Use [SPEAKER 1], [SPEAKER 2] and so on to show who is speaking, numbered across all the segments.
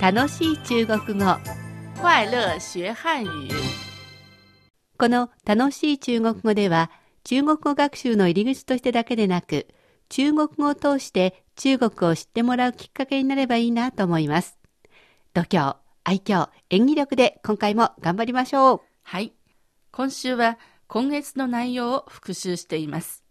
[SPEAKER 1] 楽しい中国語
[SPEAKER 2] 快乐学汉语。
[SPEAKER 1] この楽しい中国語では中国語学習の入り口としてだけでなく中国語を通して中国を知ってもらうきっかけになればいいなと思います度胸愛嬌演技力で今回も頑張りましょう
[SPEAKER 2] はい。今週は今月の内容を復習しています。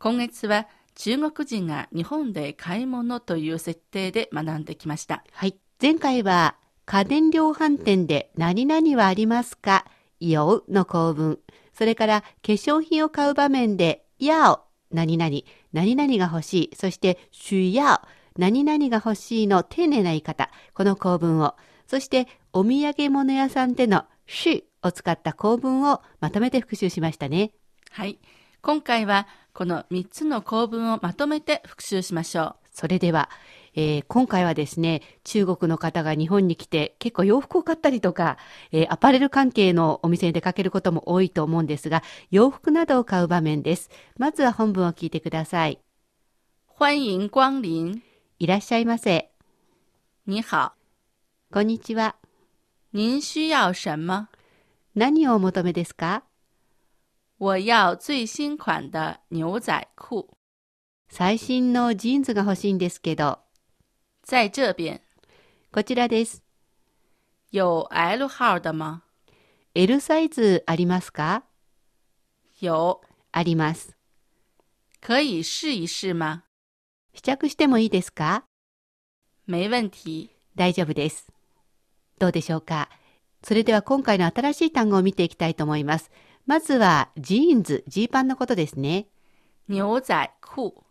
[SPEAKER 2] 今月は中国人が日本で買い物という設定で学んできました。
[SPEAKER 1] はい前回は家電量販店で何々はありますかようの構文それから化粧品を買う場面でやお何々何々が欲しいそして需要何々が欲しいの丁寧な言い方この構文をそしてお土産物屋さんでのしを使った構文をまとめて復習しましたね
[SPEAKER 2] はい。今回はこの3つの構文をまとめて復習しましょう。
[SPEAKER 1] それでは、えー今回はですね、中国の方が日本に来て結構洋服を買ったりとか、えーアパレル関係のお店に出かけることも多いと思うんですが、洋服などを買う場面です。まずは本文を聞いてください。
[SPEAKER 2] 欢迎光臨。
[SPEAKER 1] いらっしゃいませ。
[SPEAKER 2] 你好。
[SPEAKER 1] こんにちは。
[SPEAKER 2] 您需要什么？
[SPEAKER 1] 何をお求めですか
[SPEAKER 2] 我要最新款的牛仔裤，
[SPEAKER 1] 最新のジーンズが欲しいんですけど、
[SPEAKER 2] 在这边
[SPEAKER 1] こちらです。
[SPEAKER 2] 有 L 号的吗？
[SPEAKER 1] L サイズありますか
[SPEAKER 2] 有，
[SPEAKER 1] あります。
[SPEAKER 2] 可以试一试吗？
[SPEAKER 1] 試着してもいいですか
[SPEAKER 2] 没问题。
[SPEAKER 1] 大丈夫です。どうでしょうかそれでは今回の新しい単語を見ていきたいと思います。まずは、ジーンズ、ジーパンのことですね。
[SPEAKER 2] 牛仔裤，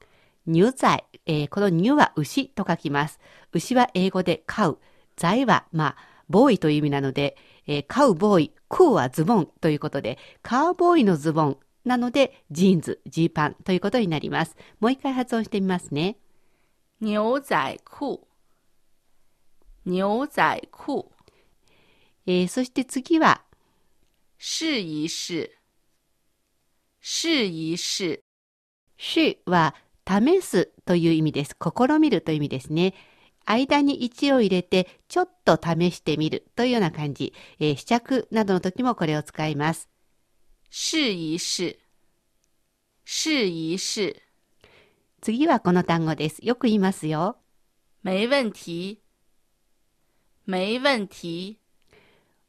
[SPEAKER 1] 乳剤、えーこの乳は牛と書きます。牛は英語で飼う。財は、まあ、ボーイという意味なので、えー、飼うボーイ、クーはズボンということで、カウボーイのズボンなので、ジーンズ、ジーパンということになります。もう一回発音してみますね。
[SPEAKER 2] 牛仔裤，牛仔裤，
[SPEAKER 1] えーそして次は、
[SPEAKER 2] 试一试，试一试，
[SPEAKER 1] 試は試すという意味です。試みるという意味ですね。間に1を入れて、ちょっと試してみるというような感じ。えー試着などの時もこれを使います。
[SPEAKER 2] 试一试，试一试，
[SPEAKER 1] 次はこの単語です。よく言いますよ。
[SPEAKER 2] 没问题，没问题。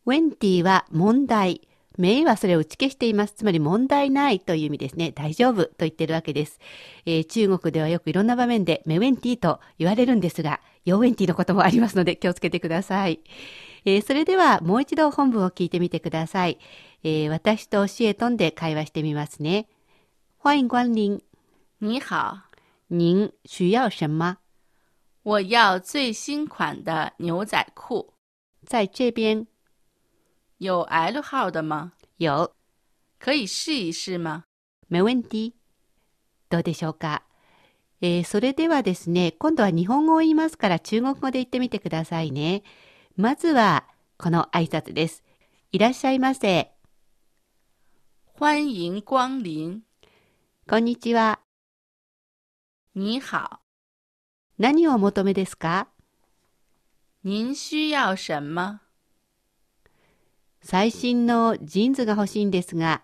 [SPEAKER 1] ウェンティは問題。名はそれを打ち消しています。つまり問題ないという意味ですね。大丈夫と言ってるわけです。えー中国ではよくいろんな場面でメウェンティと言われるんですが、ヨウェンティのこともありますので気をつけてください。えーそれではもう一度本文を聞いてみてください。えー私と教えとんで会話してみますね。欢迎光臨。
[SPEAKER 2] 你好，
[SPEAKER 1] 您需要什么？
[SPEAKER 2] 我要最新款的牛仔裤，
[SPEAKER 1] 在这边
[SPEAKER 2] 有 L 号的吗？
[SPEAKER 1] 有。
[SPEAKER 2] 可以试一试吗？
[SPEAKER 1] メウェンティ。どうでしょうか、えーそれではですね、今度は日本語を言いますから中国語で言ってみてくださいね。まずは、この挨拶です。いらっしゃいませ。
[SPEAKER 2] 欢迎光临，
[SPEAKER 1] こんにちは。
[SPEAKER 2] 你好，
[SPEAKER 1] 何をお求めですか
[SPEAKER 2] 您需要什么？
[SPEAKER 1] 最新のジーンズが欲しいんですが、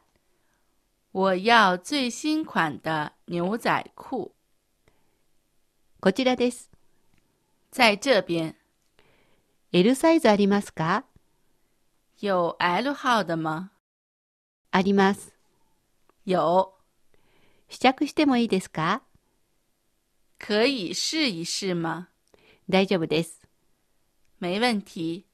[SPEAKER 2] 我要最新款的牛仔裤，
[SPEAKER 1] こちらです。
[SPEAKER 2] 在这边
[SPEAKER 1] L サイズありますか
[SPEAKER 2] 有 L 号的吗？
[SPEAKER 1] あります。
[SPEAKER 2] 有，
[SPEAKER 1] 試着してもいいですか
[SPEAKER 2] 可以试一试吗？
[SPEAKER 1] 大丈夫です。
[SPEAKER 2] 没问题，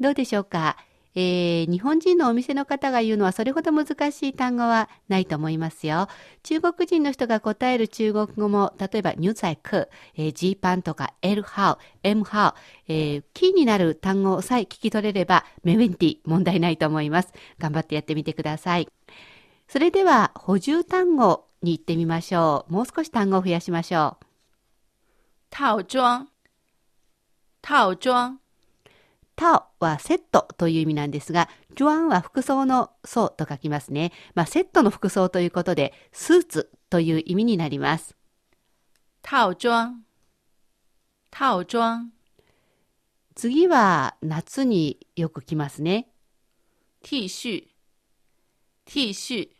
[SPEAKER 1] どうでしょうか、えー日本人のお店の方が言うのはそれほど難しい単語はないと思いますよ。中国人の人が答える中国語も、例えば、ニュザイク、えージーパンとか、エルハウ、エムハウ、えーキーになる単語さえ聞き取れれば、メウェンティ、問題ないと思います。頑張ってやってみてください。それでは、補充単語に行ってみましょう。もう少し単語を増やしましょう。
[SPEAKER 2] 套装，套装，
[SPEAKER 1] タオはセットという意味なんですが、ジュアンは服装の層と書きますね。まあ、セットの服装ということで、スーツという意味になります。
[SPEAKER 2] 套装，套装。
[SPEAKER 1] 次は夏によく来ますね。
[SPEAKER 2] T 恤、T 恤、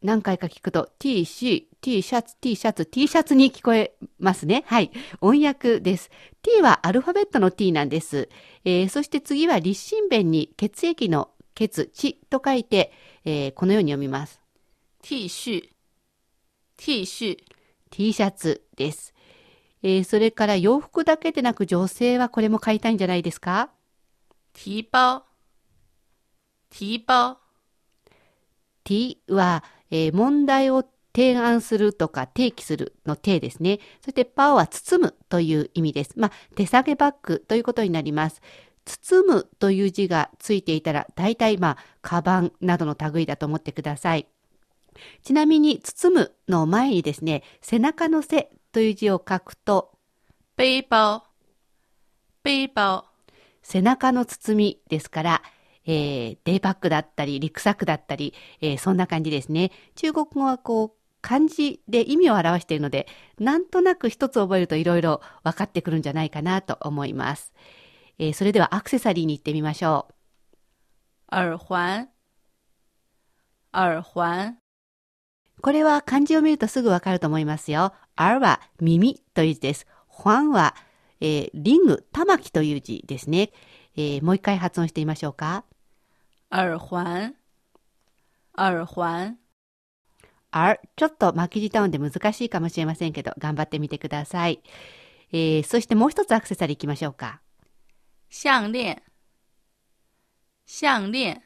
[SPEAKER 1] 何回か聞くと T、C、T シャツ、T シャツ、T シャツに聞こえますね。はい。音訳です。T はアルファベットの T なんです。えーそして次は立身弁に血液の血、血と書いて、えーこのように読みます。
[SPEAKER 2] T 恤、T 恤、
[SPEAKER 1] T シャツです。えーそれから洋服だけでなく女性はこれも買いたいんじゃないですか
[SPEAKER 2] 提包、提包、
[SPEAKER 1] T は、えー問題を提案するとか提起するの提ですね。そしてパオは包むという意味です。まあ、手下げバッグということになります。包むという字がついていたら、大体まあ、カバンなどの類だと思ってください。ちなみに、包むの前にですね、背中の背という字を書くと、
[SPEAKER 2] 背包、背包、
[SPEAKER 1] 背中の包みですから、えーデイバッグだったり、リュックサックだったり、えーそんな感じですね。中国語はこう、漢字で意味を表しているので、なんとなく一つ覚えるといろいろ分かってくるんじゃないかなと思います。えーそれではアクセサリーに行ってみましょう。
[SPEAKER 2] 耳环、耳环、
[SPEAKER 1] これは漢字を見るとすぐわかると思いますよ。R は耳という字です。ファンは、えーリング、玉木という字ですね。えーもう一回発音してみましょうか。
[SPEAKER 2] 耳环、耳環、
[SPEAKER 1] R、ちょっと巻き舌音で難しいかもしれませんけど、頑張ってみてください。えーそしてもう一つアクセサリーいきましょうか。
[SPEAKER 2] 项链、项链、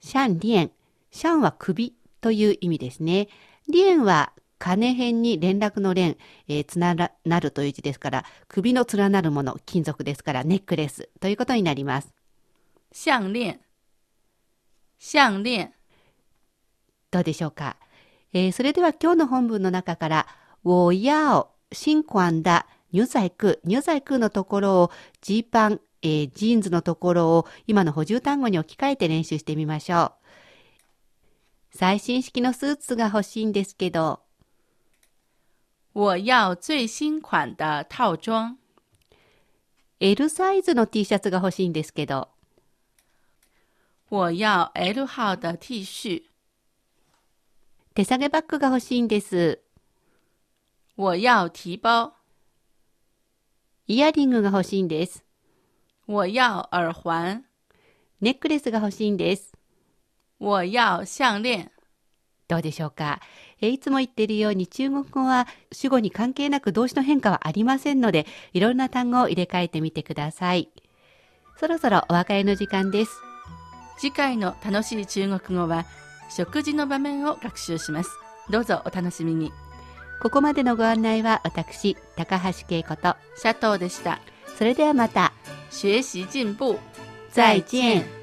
[SPEAKER 1] シャン・リエン。シャンは首という意味ですね。リエンは金辺に連絡の連、えーつならなるという字ですから、首の連なるもの、金属ですからネックレスということになります。
[SPEAKER 2] 项链、项链。
[SPEAKER 1] どうでしょうか、えーそれでは今日の本文の中から、我要新款だ入在区、入在区のところをジーパン、えージーンズのところを今の補充単語に置き換えて練習してみましょう。最新式のスーツが欲しいんですけど、
[SPEAKER 2] 我要最新款的套装。
[SPEAKER 1] L サイズの T シャツが欲しいんですけど、
[SPEAKER 2] 我要 L 号的 T 恤。
[SPEAKER 1] 手提げバッグが欲しいんです。
[SPEAKER 2] 我要提包。
[SPEAKER 1] イヤリングが欲しいんです。
[SPEAKER 2] 我要耳环。
[SPEAKER 1] ネックレスが欲しいんです。
[SPEAKER 2] 我要项链。
[SPEAKER 1] どうでしょうか、えーいつも言っているように中国語は主語に関係なく動詞の変化はありませんので、いろんな単語を入れ替えてみてください。そろそろお別れの時間です。
[SPEAKER 2] 次回の楽しい中国語は食事の場面を学習します。どうぞお楽しみに。
[SPEAKER 1] ここまでのご案内は私、高橋恵子と、
[SPEAKER 2] シャトーでした。
[SPEAKER 1] それではまた、
[SPEAKER 2] 学習進步。
[SPEAKER 1] 再见。